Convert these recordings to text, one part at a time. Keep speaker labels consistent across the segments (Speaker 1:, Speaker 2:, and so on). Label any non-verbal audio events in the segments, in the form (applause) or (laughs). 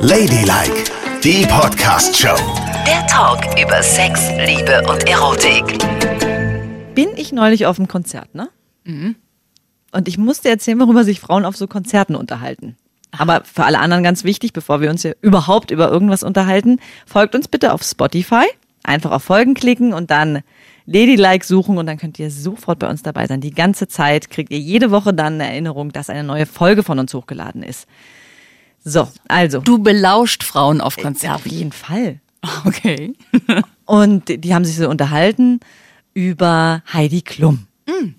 Speaker 1: Ladylike, die Podcast-Show.
Speaker 2: Der Talk über Sex, Liebe und Erotik.
Speaker 3: bin ich neulich auf einem Konzert, ne? Und ich musste erzählen, worüber sich Frauen auf so Konzerten unterhalten. Aber für alle anderen ganz wichtig, bevor wir uns hier überhaupt über irgendwas unterhalten, folgt uns bitte auf Spotify. Einfach auf Folgen klicken und dann Ladylike suchen und dann könnt ihr sofort bei uns dabei sein. Die ganze Zeit kriegt ihr jede Woche dann eine Erinnerung, dass eine neue Folge von uns hochgeladen ist. So, also.
Speaker 4: Du belauscht Frauen
Speaker 2: Äh,
Speaker 4: auf
Speaker 3: auf
Speaker 4: Konzerten.
Speaker 3: jeden Fall.
Speaker 4: (laughs) Okay.
Speaker 3: Und die- die haben sich so unterhalten über Heidi Klum.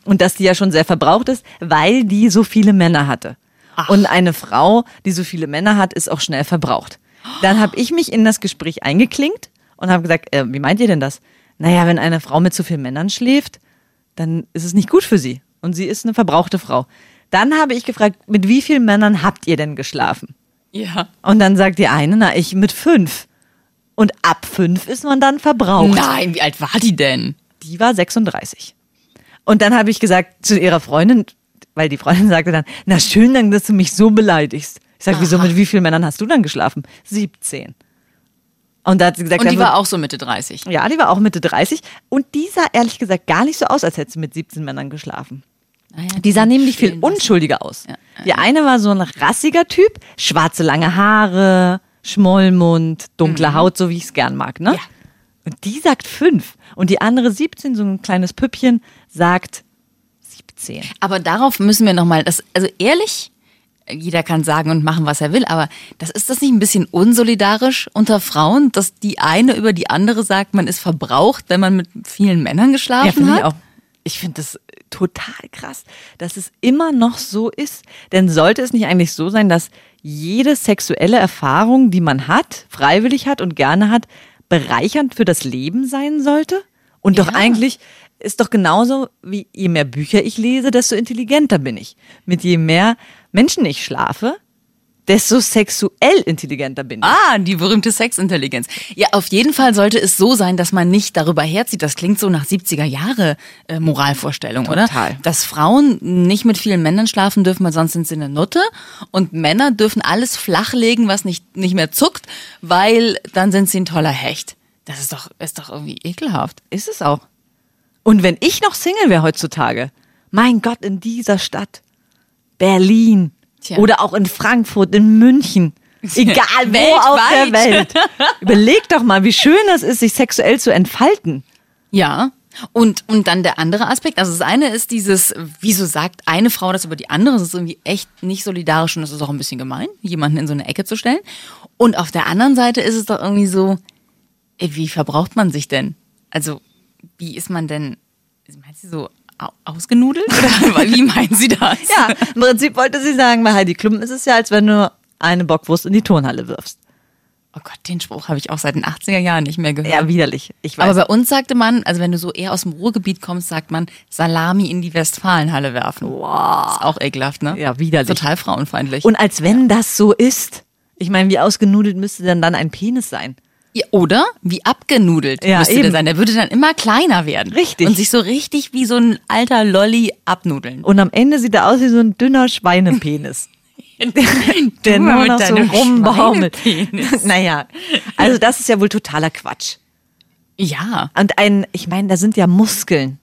Speaker 3: Und dass die ja schon sehr verbraucht ist, weil die so viele Männer hatte. Und eine Frau, die so viele Männer hat, ist auch schnell verbraucht. Dann habe ich mich in das Gespräch eingeklinkt und habe gesagt, äh, wie meint ihr denn das? Naja, wenn eine Frau mit so vielen Männern schläft, dann ist es nicht gut für sie. Und sie ist eine verbrauchte Frau. Dann habe ich gefragt, mit wie vielen Männern habt ihr denn geschlafen?
Speaker 4: Ja.
Speaker 3: Und dann sagt die eine, na, ich mit fünf. Und ab fünf ist man dann verbraucht.
Speaker 4: Nein, wie alt war die denn?
Speaker 3: Die war 36. Und dann habe ich gesagt zu ihrer Freundin, weil die Freundin sagte dann, na schön, dann, dass du mich so beleidigst. Ich sage, wieso, mit wie vielen Männern hast du dann geschlafen? 17. Und da hat sie gesagt,
Speaker 4: Und die
Speaker 3: dann-
Speaker 4: war auch so Mitte 30.
Speaker 3: ja, die war auch Mitte 30. Und die sah ehrlich gesagt gar nicht so aus, als hätte sie mit 17 Männern geschlafen. Die sah nämlich viel unschuldiger aus. Die eine war so ein rassiger Typ, schwarze lange Haare, Schmollmund, dunkle Haut, so wie ich es gern mag, ne?
Speaker 4: Ja.
Speaker 3: Und die sagt fünf. Und die andere 17, so ein kleines Püppchen, sagt 17.
Speaker 4: Aber darauf müssen wir nochmal, also ehrlich, jeder kann sagen und machen, was er will, aber das ist das nicht ein bisschen unsolidarisch unter Frauen, dass die eine über die andere sagt, man ist verbraucht, wenn man mit vielen Männern geschlafen
Speaker 3: finde
Speaker 4: hat?
Speaker 3: ich auch. Ich finde das äh, total krass, dass es immer noch so ist. Denn sollte es nicht eigentlich so sein, dass jede sexuelle Erfahrung, die man hat, freiwillig hat und gerne hat, bereichernd für das Leben sein sollte? Und doch eigentlich ist doch genauso, wie je mehr Bücher ich lese, desto intelligenter bin ich. Mit je mehr Menschen ich schlafe, desto sexuell intelligenter bin ich.
Speaker 4: Ah, die berühmte Sexintelligenz. Ja, auf jeden Fall sollte es so sein, dass man nicht darüber herzieht. Das klingt so nach 70er Jahre äh, Moralvorstellung,
Speaker 3: Total.
Speaker 4: oder? Dass Frauen nicht mit vielen Männern schlafen dürfen, weil sonst sind sie eine Nutte. Und Männer dürfen alles flachlegen, was nicht, nicht mehr zuckt, weil dann sind sie ein toller Hecht. Das ist doch, ist doch irgendwie ekelhaft.
Speaker 3: Ist es auch. Und wenn ich noch Single wäre heutzutage, mein Gott, in dieser Stadt, Berlin
Speaker 4: Tja.
Speaker 3: oder auch in Frankfurt,
Speaker 4: (laughs)
Speaker 3: in München, egal wo auf der
Speaker 4: Weltweit.
Speaker 3: Welt. Überleg doch mal, wie schön das ist, sich sexuell zu entfalten.
Speaker 4: Ja. Und, und dann der andere Aspekt. Also das eine ist dieses, wieso sagt eine Frau das über die andere? Das ist irgendwie echt nicht solidarisch und das ist auch ein bisschen gemein, jemanden in so eine Ecke zu stellen. Und auf der anderen Seite ist es doch irgendwie so, ey, wie verbraucht man sich denn? Also, wie ist man denn, meinst du so au- ausgenudelt? (laughs) Oder wie meinen Sie das?
Speaker 3: Ja, im Prinzip wollte sie sagen, bei Heidi Klum ist es ja, als wenn du eine Bockwurst in die Turnhalle wirfst.
Speaker 4: Oh Gott, den Spruch habe ich auch seit den 80er Jahren nicht mehr gehört.
Speaker 3: Ja, widerlich. Ich weiß.
Speaker 4: Aber bei uns sagte man, also wenn du so eher aus dem Ruhrgebiet kommst, sagt man Salami in die Westfalenhalle werfen. Wow. Ist auch ekelhaft, ne?
Speaker 3: Ja, widerlich.
Speaker 4: Total frauenfeindlich.
Speaker 3: Und als wenn das so ist. Ich meine, wie ausgenudelt müsste denn dann ein Penis sein?
Speaker 4: Ja, oder wie abgenudelt
Speaker 3: Ja,
Speaker 4: müsste
Speaker 3: eben.
Speaker 4: der sein. Der würde dann immer kleiner werden.
Speaker 3: Richtig.
Speaker 4: Und sich so richtig wie so ein alter Lolli abnudeln.
Speaker 3: Und am Ende sieht er aus wie so ein dünner Schweinepenis. (laughs) der
Speaker 4: Du
Speaker 3: nur
Speaker 4: mit
Speaker 3: noch so
Speaker 4: deinem
Speaker 3: rumbaumelt.
Speaker 4: Schweinepenis.
Speaker 3: (laughs) naja, also das ist ja wohl totaler Quatsch.
Speaker 4: Ja.
Speaker 3: Und ein, ich meine, da sind ja Muskeln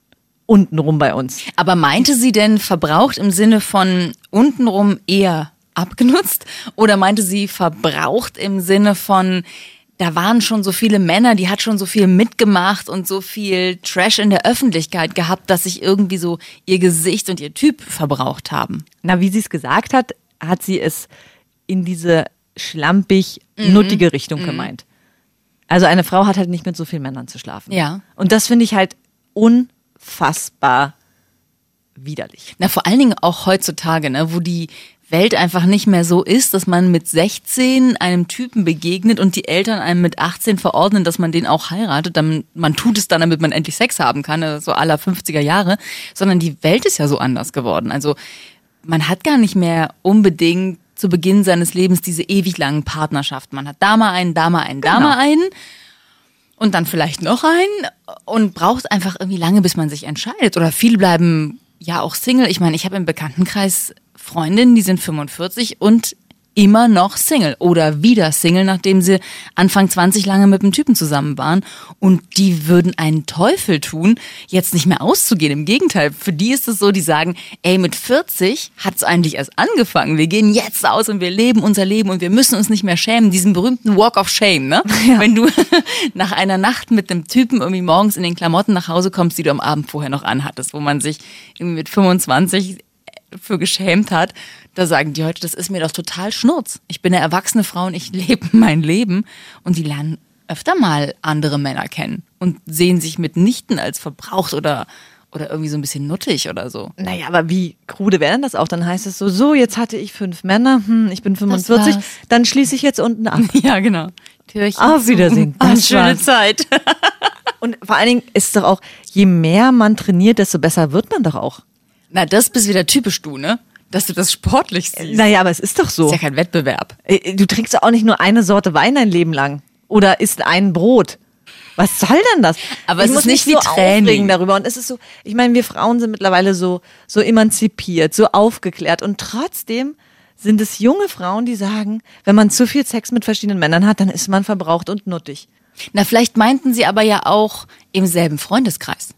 Speaker 3: untenrum bei uns.
Speaker 4: Aber meinte sie denn verbraucht im Sinne von untenrum eher abgenutzt? Oder meinte sie verbraucht im Sinne von, da waren schon so viele Männer, die hat schon so viel mitgemacht und so viel Trash in der Öffentlichkeit gehabt, dass sich irgendwie so ihr Gesicht und ihr Typ verbraucht haben?
Speaker 3: Na, wie sie es gesagt hat, hat sie es in diese schlampig,
Speaker 4: Mhm.
Speaker 3: nuttige Richtung gemeint. Also eine Frau hat halt nicht mit so vielen Männern zu schlafen.
Speaker 4: Ja.
Speaker 3: Und das finde ich halt unfassbar widerlich.
Speaker 4: Na, vor allen Dingen auch heutzutage, ne, wo die Welt einfach nicht mehr so ist, dass man mit 16 einem Typen begegnet und die Eltern einem mit 18 verordnen, dass man den auch heiratet. Dann, man tut es dann, damit man endlich Sex haben kann, ne, so aller 50er Jahre. Sondern die Welt ist ja so anders geworden. Also man hat gar nicht mehr unbedingt zu Beginn seines Lebens diese ewig langen Partnerschaften. Man hat da mal einen, da mal einen, da mal einen und dann vielleicht noch einen und braucht einfach irgendwie lange, bis man sich entscheidet. Oder viele bleiben ja auch Single. Ich meine, ich habe im Bekanntenkreis Freundinnen, die sind 45 und immer noch Single oder wieder Single, nachdem sie Anfang 20 lange mit einem Typen zusammen waren. Und die würden einen Teufel tun, jetzt nicht mehr auszugehen. Im Gegenteil, für die ist es so, die sagen, ey, mit 40 hat's eigentlich erst angefangen. Wir gehen jetzt aus und wir leben unser Leben und wir müssen uns nicht mehr schämen. Diesen berühmten Walk of Shame, (laughs) ne? Wenn du nach einer Nacht mit einem Typen irgendwie morgens in den Klamotten nach Hause kommst, die du am Abend vorher noch anhattest, wo man sich irgendwie mit 25 für geschämt hat, da sagen die heute, das ist mir doch total Schnurz. Ich bin eine erwachsene Frau und ich (laughs) lebe mein Leben. Und die lernen öfter mal andere Männer kennen und sehen sich mitnichten als verbraucht oder, oder irgendwie so ein bisschen nuttig oder so. (laughs)
Speaker 3: Naja, aber wie krude wäre denn das auch? Dann heißt es so, so, jetzt hatte ich fünf Männer, hm, ich bin 45,
Speaker 4: war's.
Speaker 3: dann schließe ich jetzt unten ab.
Speaker 4: Ja, genau. Türchen
Speaker 3: Auf
Speaker 4: zu.
Speaker 3: Wiedersehen.
Speaker 4: Ah,
Speaker 3: Das
Speaker 4: schöne
Speaker 3: war's.
Speaker 4: Zeit.
Speaker 3: (laughs) Und vor allen Dingen ist doch auch, je mehr man trainiert, desto besser wird man doch auch.
Speaker 4: Na, das bist wieder typisch du, ne? Dass du das sportlich siehst.
Speaker 3: Naja, aber es ist doch so.
Speaker 4: Ist ja kein Wettbewerb.
Speaker 3: Äh, Du trinkst doch auch nicht nur eine Sorte Wein dein Leben lang oder isst ein Brot. Was soll denn das?
Speaker 4: Aber es ist
Speaker 3: muss
Speaker 4: nicht
Speaker 3: mich
Speaker 4: wie Training.
Speaker 3: aufregen darüber und es ist so, ich meine, wir Frauen sind mittlerweile so so emanzipiert, so aufgeklärt und trotzdem sind es junge Frauen, die sagen, wenn man zu viel Sex mit verschiedenen Männern hat, dann ist man verbraucht und nuttig.
Speaker 4: Na, vielleicht meinten sie aber ja auch im selben Freundeskreis.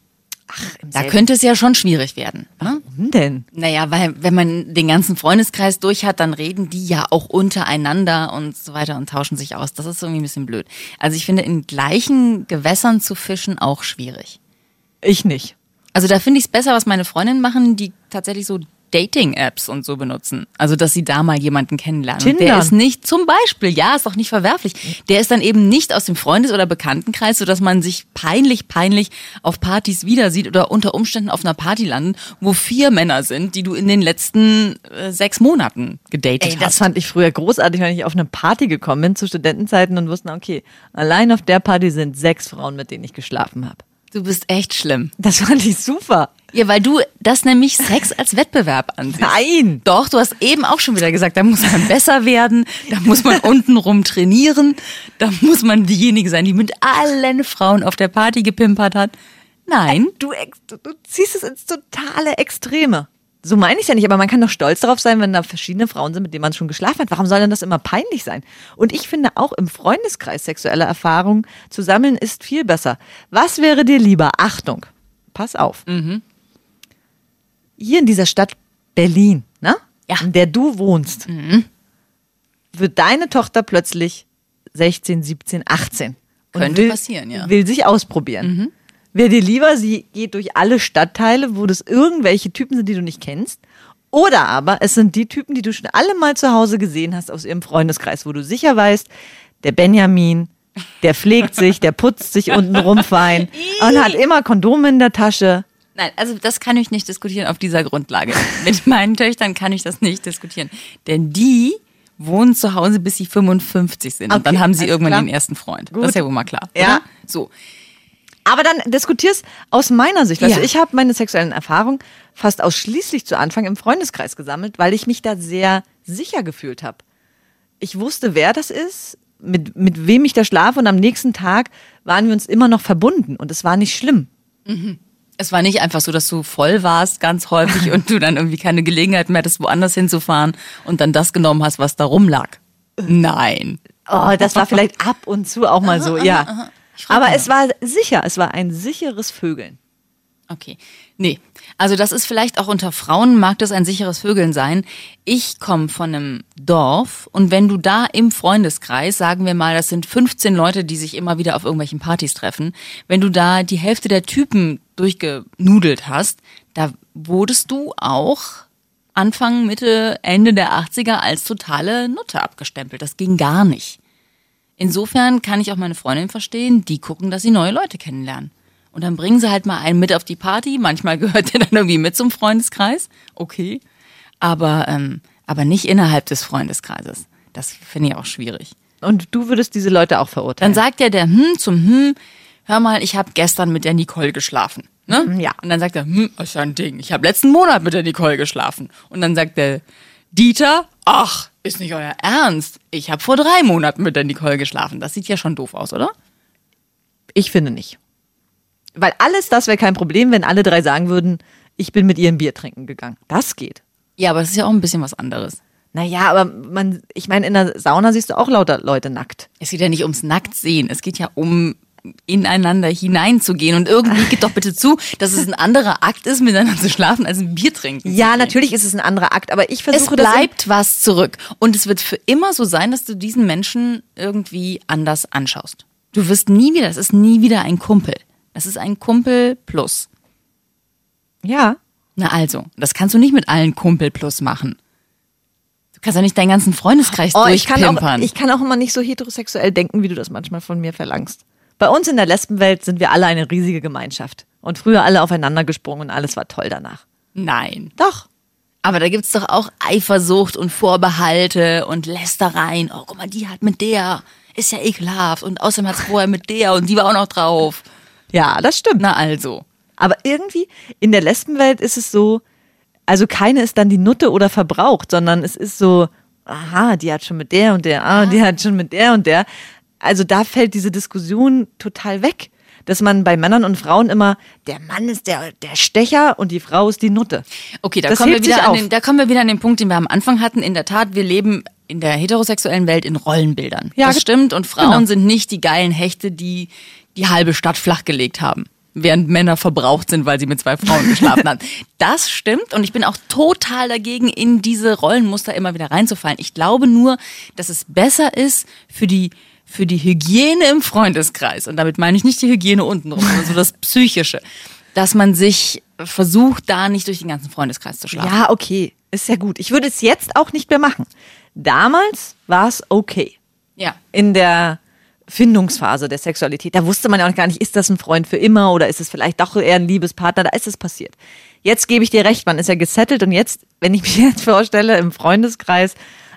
Speaker 3: Im
Speaker 4: Da
Speaker 3: selben-
Speaker 4: könnte es ja schon schwierig werden. Ne?
Speaker 3: Warum denn?
Speaker 4: Naja, weil wenn man den ganzen Freundeskreis durch hat, dann reden die ja auch untereinander und so weiter und tauschen sich aus. Das ist irgendwie ein bisschen blöd. Also ich finde, in gleichen Gewässern zu fischen auch schwierig.
Speaker 3: Ich nicht.
Speaker 4: Also da finde ich es besser, was meine Freundinnen machen, die tatsächlich so Dating-Apps und so benutzen. Also, dass sie da mal jemanden kennenlernen. Und Der
Speaker 3: Tindern.
Speaker 4: ist nicht, zum Beispiel, ja, ist doch nicht verwerflich. Der ist dann eben nicht aus dem Freundes- oder Bekanntenkreis, sodass man sich peinlich, peinlich auf Partys wieder sieht oder unter Umständen auf einer Party landet, wo vier Männer sind, die du in den letzten äh, sechs Monaten gedatet
Speaker 3: Ey, das
Speaker 4: hast.
Speaker 3: fand ich früher großartig, wenn ich auf eine Party gekommen bin zu Studentenzeiten und wusste, okay, allein auf der Party sind sechs Frauen, mit denen ich geschlafen habe.
Speaker 4: Du bist echt schlimm.
Speaker 3: Das (laughs) fand ich super.
Speaker 4: Ja, weil du das nämlich Sex als Wettbewerb ansiehst.
Speaker 3: Nein.
Speaker 4: Doch, du hast eben auch schon wieder gesagt, da muss man besser werden, da muss man untenrum trainieren, da muss man diejenige sein, die mit allen Frauen auf der Party gepimpert hat. Nein.
Speaker 3: Du, ex- du du ziehst es ins totale Extreme. So meine ich ja nicht, aber man kann doch stolz darauf sein, wenn da verschiedene Frauen sind, mit denen man schon geschlafen hat. Warum soll denn das immer peinlich sein? Und ich finde auch im Freundeskreis sexuelle Erfahrungen zu sammeln ist viel besser. Was wäre dir lieber? Achtung, pass auf. Hier in dieser Stadt Berlin, ne?
Speaker 4: Ja. Mhm.
Speaker 3: in der du wohnst, wird deine Tochter plötzlich 16, 17, 18. und
Speaker 4: Könnte passieren, ja. Mhm.
Speaker 3: Will sich ausprobieren. Wäre dir lieber, sie geht durch alle Stadtteile, wo das irgendwelche Typen sind, die du nicht kennst? Oder aber es sind die Typen, die du schon alle mal zu Hause gesehen hast aus ihrem Freundeskreis, wo du sicher weißt, der Benjamin, der pflegt sich, der putzt sich unten
Speaker 4: (laughs)
Speaker 3: rum fein und hat immer Kondome in der Tasche.
Speaker 4: Nein, also das kann ich nicht diskutieren auf dieser Grundlage. Mit meinen Töchtern kann ich das nicht diskutieren. Denn die wohnen zu Hause, bis sie 55 sind.
Speaker 3: Okay,
Speaker 4: Und dann haben sie
Speaker 3: alles
Speaker 4: irgendwann
Speaker 3: klar.
Speaker 4: den ersten Freund.
Speaker 3: Gut.
Speaker 4: Das ist ja wohl mal klar.
Speaker 3: Ja.
Speaker 4: Oder? So.
Speaker 3: Aber dann diskutierst aus meiner Sicht. Also
Speaker 4: Ja.
Speaker 3: ich habe meine sexuellen Erfahrungen fast ausschließlich zu Anfang im Freundeskreis gesammelt, weil ich mich da sehr sicher gefühlt habe. Ich wusste, wer das ist, mit, mit wem ich da schlafe und am nächsten Tag waren wir uns immer noch verbunden und es war nicht schlimm.
Speaker 4: Es war nicht einfach so, dass du voll warst ganz
Speaker 3: (laughs)
Speaker 4: häufig und du dann irgendwie keine Gelegenheit mehr hattest, woanders hinzufahren und dann das genommen hast, was da rumlag. Nein.
Speaker 3: Äh. Oh, das war vielleicht ab und zu auch mal so, ja.
Speaker 4: Ich frag
Speaker 3: Aber
Speaker 4: mal.
Speaker 3: es war sicher, es war ein sicheres Vögeln.
Speaker 4: Okay. Nee. Also das ist vielleicht auch unter Frauen mag das ein sicheres Vögeln sein. Ich komme von einem Dorf und wenn du da im Freundeskreis, sagen wir mal, das sind 15 Leute, die sich immer wieder auf irgendwelchen Partys treffen, wenn du da die Hälfte der Typen durchgenudelt hast, da wurdest du auch Anfang, Mitte, Ende der 80er als totale Nutte abgestempelt. Das ging gar nicht. Insofern kann ich auch meine Freundin verstehen, die gucken, dass sie neue Leute kennenlernen. Und dann bringen sie halt mal einen mit auf die Party. Manchmal (laughs) gehört der dann irgendwie mit zum Freundeskreis. Okay. Aber, ähm, aber nicht innerhalb des Freundeskreises. Das finde ich auch schwierig.
Speaker 3: Und du würdest diese Leute auch
Speaker 4: Dann
Speaker 3: verurteilen.
Speaker 4: sagt ja der hm zum hm, hör mal, ich habe gestern mit der Nicole geschlafen. Ne?
Speaker 3: Ja.
Speaker 4: Und dann sagt er, hm, ist ja ein Ding. Ich habe letzten Monat mit der Nicole geschlafen. Und dann sagt der Dieter, ach, ist nicht euer Ernst. Ich habe vor drei Monaten mit der Nicole geschlafen. Das sieht ja schon doof aus, oder?
Speaker 3: Ich finde nicht. Weil alles das wäre kein Problem, wenn alle drei sagen würden, ich bin mit ihr ein Bier trinken gegangen. Das geht.
Speaker 4: Ja, aber es ist ja auch ein bisschen was anderes.
Speaker 3: Naja, aber man, ich meine, in der Sauna siehst du auch lauter Leute nackt.
Speaker 4: Es geht ja nicht ums Nacktsehen, es geht ja um ineinander hineinzugehen und irgendwie
Speaker 3: Ah.
Speaker 4: geht doch bitte zu, dass es ein anderer Akt ist, miteinander zu schlafen, als ein Bier trinken. zu
Speaker 3: Ja,
Speaker 4: gehen.
Speaker 3: natürlich ist es ein anderer Akt, aber ich
Speaker 4: Es
Speaker 3: versuche das.
Speaker 4: bleibt was zurück und es wird für immer so sein, dass du diesen Menschen irgendwie anders anschaust. Du wirst nie wieder, es ist nie wieder ein Kumpel. Es ist ein Kumpel plus.
Speaker 3: in- ja.
Speaker 4: Na also, das kannst du nicht mit allen Kumpel plus machen. Du kannst ja nicht deinen ganzen Freundeskreis
Speaker 3: Oh, ich kann, auch,
Speaker 4: durchpimpern.
Speaker 3: ich kann auch immer nicht so heterosexuell denken, wie du das manchmal von mir verlangst. Bei uns in der Lesbenwelt sind wir alle eine riesige Gemeinschaft. Und früher alle aufeinander gesprungen und alles war toll danach.
Speaker 4: Nein.
Speaker 3: Doch.
Speaker 4: Aber da gibt's doch auch Eifersucht und Vorbehalte und Lästereien. Oh, guck mal, die hat mit der. Ist ja ekelhaft. Und außerdem hat's vorher mit der und die war auch noch drauf.
Speaker 3: Ja, das stimmt.
Speaker 4: Na also.
Speaker 3: Aber irgendwie in der Lesbenwelt ist es so, also keine ist dann die Nutte oder verbraucht, sondern es ist so, aha, die hat schon mit der und der, ah, die hat schon mit der und der. Also da fällt diese Diskussion total weg, dass man bei Männern und Frauen immer, der Mann ist der, der Stecher und die Frau ist die Nutte.
Speaker 4: Okay, da
Speaker 3: Das
Speaker 4: kommen, wir
Speaker 3: hebt sich
Speaker 4: wieder an
Speaker 3: auf.
Speaker 4: den, da kommen wir wieder an den Punkt, den wir am Anfang hatten. In der Tat, wir leben in der heterosexuellen Welt in Rollenbildern.
Speaker 3: Ja,
Speaker 4: das
Speaker 3: ge-
Speaker 4: stimmt. Und Frauen
Speaker 3: genau.
Speaker 4: sind nicht die geilen Hechte, die die halbe Stadt flachgelegt haben. Während Männer verbraucht sind, weil sie mit zwei
Speaker 3: (laughs)
Speaker 4: Frauen geschlafen haben. Das stimmt und ich bin auch total dagegen, in diese Rollenmuster immer wieder reinzufallen. Ich glaube nur, dass es besser ist für die, für die Hygiene im Freundeskreis. Und damit meine ich nicht die Hygiene untenrum, sondern so
Speaker 3: (laughs)
Speaker 4: das Psychische. Dass man sich versucht, da nicht durch den ganzen Freundeskreis zu schlafen.
Speaker 3: Ja, okay, ist ja gut. Ich würde es jetzt auch nicht mehr machen. Damals war es okay.
Speaker 4: Ja.
Speaker 3: in der Findungsphase der Sexualität. Da wusste man ja auch gar nicht, ist das ein Freund für immer oder ist es vielleicht doch eher ein Liebespartner? Da ist es passiert. Jetzt gebe ich dir recht, man ist ja gesettelt und jetzt, wenn ich (laughs) mir jetzt vorstelle, im Freundeskreis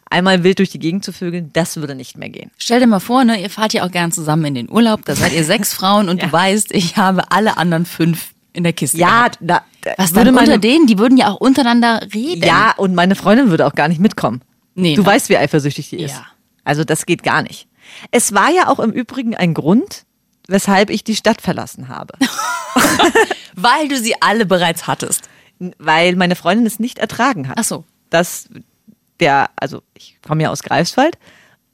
Speaker 3: einmal wild durch die Gegend zu vögeln, das würde nicht mehr gehen.
Speaker 4: Stell dir mal vor, ne, ihr fahrt ja auch gern zusammen in den Urlaub, da seid ihr
Speaker 3: (laughs)
Speaker 4: sechs Frauen und du weißt, ich habe alle anderen fünf in der Kiste.
Speaker 3: Ja,
Speaker 4: gehabt.
Speaker 3: da, da
Speaker 4: was dann
Speaker 3: meine,
Speaker 4: unter denen, die würden ja auch untereinander reden.
Speaker 3: Ja, und meine Freundin würde auch gar nicht mitkommen.
Speaker 4: Nee,
Speaker 3: du
Speaker 4: ne?
Speaker 3: weißt, wie eifersüchtig die ist.
Speaker 4: Ja.
Speaker 3: Also das geht gar nicht. Es war ja auch im Übrigen ein Grund, weshalb ich die Stadt verlassen habe.
Speaker 4: weil du sie alle bereits hattest.
Speaker 3: weil meine Freundin es nicht ertragen hat.
Speaker 4: Ach so.
Speaker 3: Dass der, also ich komme ja aus Greifswald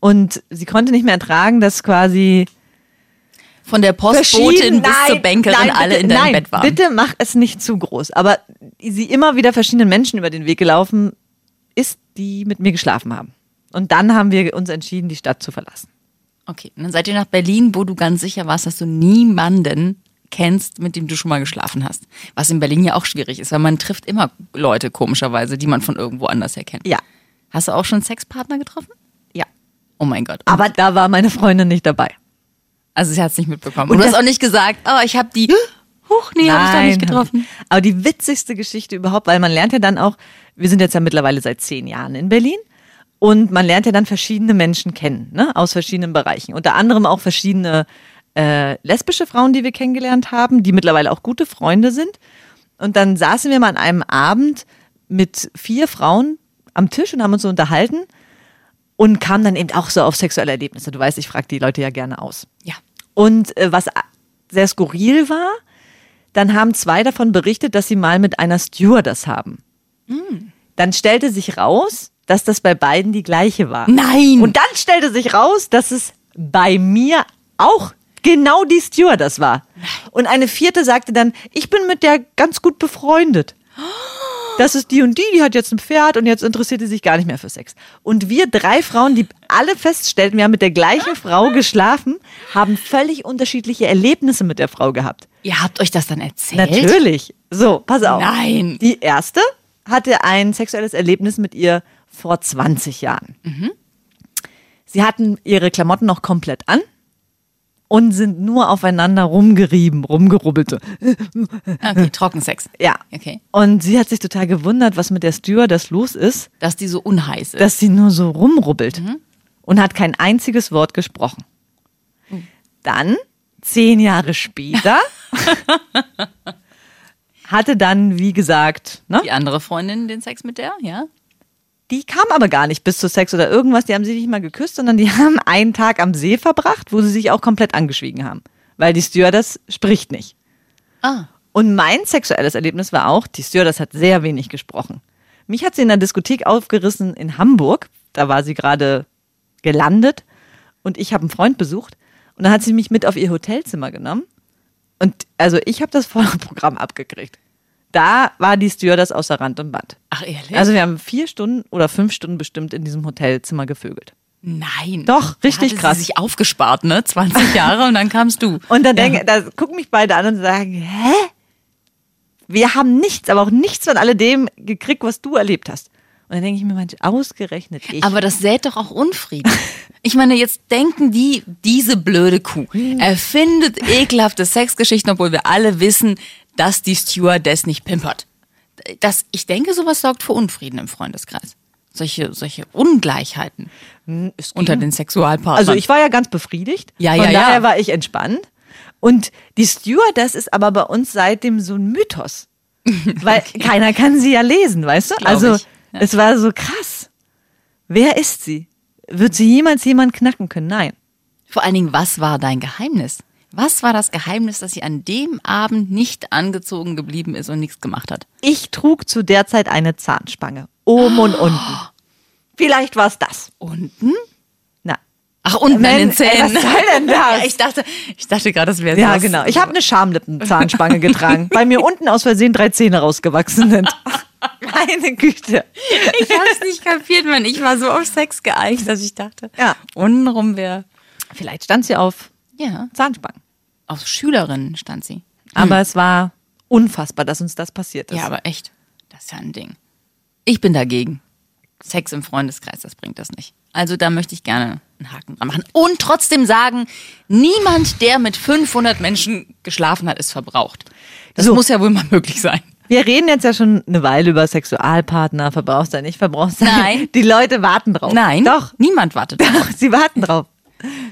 Speaker 3: und sie konnte nicht mehr ertragen, dass quasi
Speaker 4: Von der Postbotin
Speaker 3: verschieden-
Speaker 4: bis zur
Speaker 3: Nein,
Speaker 4: Bankerin
Speaker 3: nein,
Speaker 4: alle
Speaker 3: bitte,
Speaker 4: in deinem
Speaker 3: nein,
Speaker 4: Bett waren.
Speaker 3: Bitte mach es nicht zu groß. Aber sie immer wieder verschiedenen Menschen über den Weg gelaufen ist, die mit mir geschlafen haben. Und dann haben wir uns entschieden, die Stadt zu verlassen.
Speaker 4: Okay, und dann seid ihr nach Berlin, wo du ganz sicher warst, dass du niemanden kennst, mit dem du schon mal geschlafen hast. Was in Berlin ja auch schwierig ist, weil man trifft immer Leute komischerweise, die man von irgendwo anders erkennt.
Speaker 3: Ja.
Speaker 4: Hast du auch schon Sexpartner getroffen?
Speaker 3: Ja.
Speaker 4: Oh mein Gott.
Speaker 3: Aber da war meine Freundin nicht dabei.
Speaker 4: Also sie hat es nicht mitbekommen. Und
Speaker 3: Und
Speaker 4: du hast
Speaker 3: das-
Speaker 4: auch nicht gesagt, oh, ich habe die. Huch, nee, habe ich doch nicht
Speaker 3: Nein,
Speaker 4: getroffen.
Speaker 3: hab ich nicht. Aber die witzigste Geschichte überhaupt, weil man lernt ja dann auch, wir sind jetzt ja mittlerweile seit zehn Jahren in Berlin und man lernt ja dann verschiedene Menschen kennen, ne, aus verschiedenen Bereichen. Unter anderem auch verschiedene äh, lesbische Frauen, die wir kennengelernt haben, die mittlerweile auch gute Freunde sind. Und dann saßen wir mal an einem Abend mit vier Frauen am Tisch und haben uns so unterhalten und kamen dann eben auch so auf sexuelle Erlebnisse. Du weißt, ich frage die Leute ja gerne aus.
Speaker 4: Ja.
Speaker 3: Und äh, was a- sehr skurril war, dann haben zwei davon berichtet, dass sie mal mit einer Stewardess haben. Dann stellte sich raus, dass das bei beiden die gleiche war.
Speaker 4: Nein!
Speaker 3: Und dann stellte sich raus, dass es bei mir auch genau die Stewardess war. Und eine vierte sagte dann, ich bin mit der ganz gut befreundet. Das ist die und die, die hat jetzt ein Pferd und jetzt interessiert die sich gar nicht mehr für Sex. Und wir drei Frauen, die alle feststellten, wir haben mit der gleichen Frau geschlafen, haben völlig unterschiedliche Erlebnisse mit der Frau gehabt.
Speaker 4: Ihr habt euch das dann erzählt?
Speaker 3: Natürlich. So, pass auf.
Speaker 4: Nein.
Speaker 3: Die erste hatte ein sexuelles Erlebnis mit ihr vor 20 Jahren.
Speaker 4: Mhm.
Speaker 3: Sie hatten ihre Klamotten noch komplett an und sind nur aufeinander rumgerieben, rumgerubbelt. so.
Speaker 4: Okay, Trockensex.
Speaker 3: Ja.
Speaker 4: Okay.
Speaker 3: Und sie hat sich total gewundert, was mit der Stewardess los ist,
Speaker 4: Dass die so unheiß ist.
Speaker 3: dass sie nur so rumrubbelt und hat kein einziges Wort gesprochen. Dann, zehn Jahre später, hatte dann, wie gesagt, ne,
Speaker 4: die andere Freundin den Sex mit der, ja?
Speaker 3: Die kam aber gar nicht bis zu Sex oder irgendwas. Die haben sie nicht mal geküsst, sondern die (laughs) haben einen Tag am See verbracht, wo sie sich auch komplett angeschwiegen haben. Weil die Stewardess spricht nicht.
Speaker 4: Ah.
Speaker 3: Und mein sexuelles Erlebnis war auch, die Stewardess hat sehr wenig gesprochen. Mich hat sie in der Diskothek aufgerissen in Hamburg. Da war sie gerade gelandet und ich habe einen Freund besucht und dann hat sie mich mit auf ihr Hotelzimmer genommen und also ich habe das (laughs) volle Programm abgekriegt. Da war die Stewardess außer Rand und Band.
Speaker 4: Ach, ehrlich?
Speaker 3: Also wir haben vier Stunden oder fünf Stunden bestimmt in diesem Hotelzimmer gevögelt.
Speaker 4: Nein.
Speaker 3: Doch,
Speaker 4: Da
Speaker 3: richtig
Speaker 4: hatte
Speaker 3: krass.
Speaker 4: Sie sich aufgespart, ne? (laughs) 20 Jahre und dann kamst du.
Speaker 3: Und dann denke, da gucken mich beide an und sagen, hä? Wir haben nichts, aber auch nichts von alledem gekriegt, was du erlebt hast. Und dann denke ich mir, Mensch, ausgerechnet ich.
Speaker 4: Aber das sät doch auch Unfrieden. (laughs) Ich meine, jetzt denken die, diese blöde Kuh erfindet ekelhafte Sexgeschichten, obwohl wir alle wissen, dass die Stewardess nicht pimpert. Das, ich denke, sowas sorgt für Unfrieden im Freundeskreis. Solche, solche Ungleichheiten unter den Sexualpartnern.
Speaker 3: also ich war ja ganz befriedigt.
Speaker 4: Ja,
Speaker 3: von
Speaker 4: ja, ja.
Speaker 3: daher war ich entspannt. Und die Stewardess ist aber bei uns seitdem so
Speaker 4: (laughs)
Speaker 3: ein Mythos. Weil keiner kann sie ja lesen, weißt du?
Speaker 4: Glaub
Speaker 3: Also
Speaker 4: ich, ja.
Speaker 3: es war so krass. Wer ist sie? Wird sie jemals jemand knacken können? Nein.
Speaker 4: Vor allen Dingen, was war dein Geheimnis? Was war das Geheimnis, dass sie an dem Abend nicht angezogen geblieben ist und nichts gemacht hat?
Speaker 3: Ich trug zu der Zeit eine Zahnspange. Oben (gasps) und unten. Vielleicht war es das.
Speaker 4: Unten?
Speaker 3: Na.
Speaker 4: Ach, unten an
Speaker 3: Wenn-
Speaker 4: den Zähnen.
Speaker 3: Ey, was soll denn
Speaker 4: (laughs)
Speaker 3: das?
Speaker 4: Ja, ich dachte, ich dachte gerade, das wäre
Speaker 3: Ja,
Speaker 4: sowas-
Speaker 3: genau. Ich habe eine (laughs) Schamlippenzahnstange getragen, weil mir unten aus Versehen drei Zähne rausgewachsen sind. (laughs) Meine Güte.
Speaker 4: (laughs) Ich hab's nicht kapiert, man. Ich war so auf Sex geeicht, dass ich dachte,
Speaker 3: Ja.
Speaker 4: untenrum wäre.
Speaker 3: Vielleicht stand sie auf
Speaker 4: Ja,
Speaker 3: Zahnspangen.
Speaker 4: auf Schülerinnen stand sie.
Speaker 3: Aber es war unfassbar, dass uns das passiert ist.
Speaker 4: Ja, aber echt, das ist ja ein Ding. Ich bin dagegen. Sex im Freundeskreis, das bringt das nicht. Also da möchte ich gerne einen Haken dran machen. Und trotzdem sagen, niemand, der mit 500 Menschen geschlafen hat, ist verbraucht. Das
Speaker 3: So.
Speaker 4: muss ja wohl mal möglich sein.
Speaker 3: Wir reden jetzt ja schon eine Weile über Sexualpartner, Verbrauchssein, nicht Verbrauchssein.
Speaker 4: Nein.
Speaker 3: Die Leute warten drauf.
Speaker 4: Nein,
Speaker 3: Doch,
Speaker 4: niemand wartet.
Speaker 3: doch, sie warten drauf.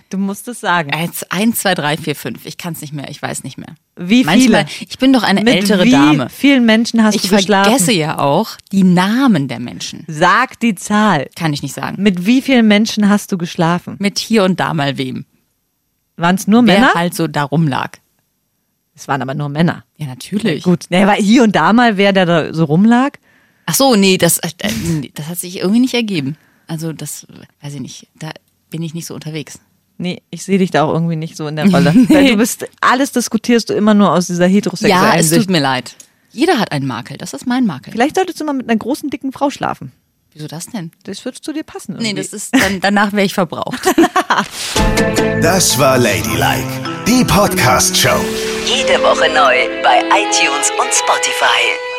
Speaker 3: Du musst es sagen.
Speaker 4: Jetzt eins, zwei, drei, vier, fünf. Ich kann es nicht mehr. Ich weiß nicht mehr.
Speaker 3: Wie
Speaker 4: Manchmal,
Speaker 3: viele?
Speaker 4: ich bin doch eine
Speaker 3: Mit
Speaker 4: ältere
Speaker 3: wie
Speaker 4: Dame.
Speaker 3: vielen Menschen hast
Speaker 4: Ich
Speaker 3: du geschlafen?
Speaker 4: vergesse ja auch die Namen der Menschen.
Speaker 3: Sag die Zahl.
Speaker 4: Kann ich nicht sagen.
Speaker 3: Mit wie vielen Menschen hast du geschlafen?
Speaker 4: Mit hier und da mal wem.
Speaker 3: Waren es nur Männer?
Speaker 4: Wer halt so da rumlag.
Speaker 3: Es waren aber nur Männer.
Speaker 4: Ja, natürlich.
Speaker 3: Gut, naja, weil hier und da mal wer, der da so rumlag.
Speaker 4: Ach so, nee, das, äh, äh, nee, das hat sich irgendwie nicht ergeben. Also das, äh, weiß ich nicht, da bin ich nicht so unterwegs.
Speaker 3: Nee, ich sehe dich da auch irgendwie nicht so in der
Speaker 4: (laughs)
Speaker 3: Rolle. Weil du bist, alles diskutierst du immer nur aus dieser heterosexuellen
Speaker 4: Ja, es
Speaker 3: Sicht.
Speaker 4: tut mir leid. Jeder hat einen Makel, das ist mein Makel.
Speaker 3: Vielleicht solltest du mal mit einer großen, dicken Frau schlafen.
Speaker 4: Wieso das denn?
Speaker 3: Das würde zu dir passen. Irgendwie.
Speaker 4: Nee, das ist, (laughs) dann, danach wäre ich verbraucht.
Speaker 1: Das war Ladylike, die Podcast-Show.
Speaker 2: Jede Woche neu bei iTunes und Spotify.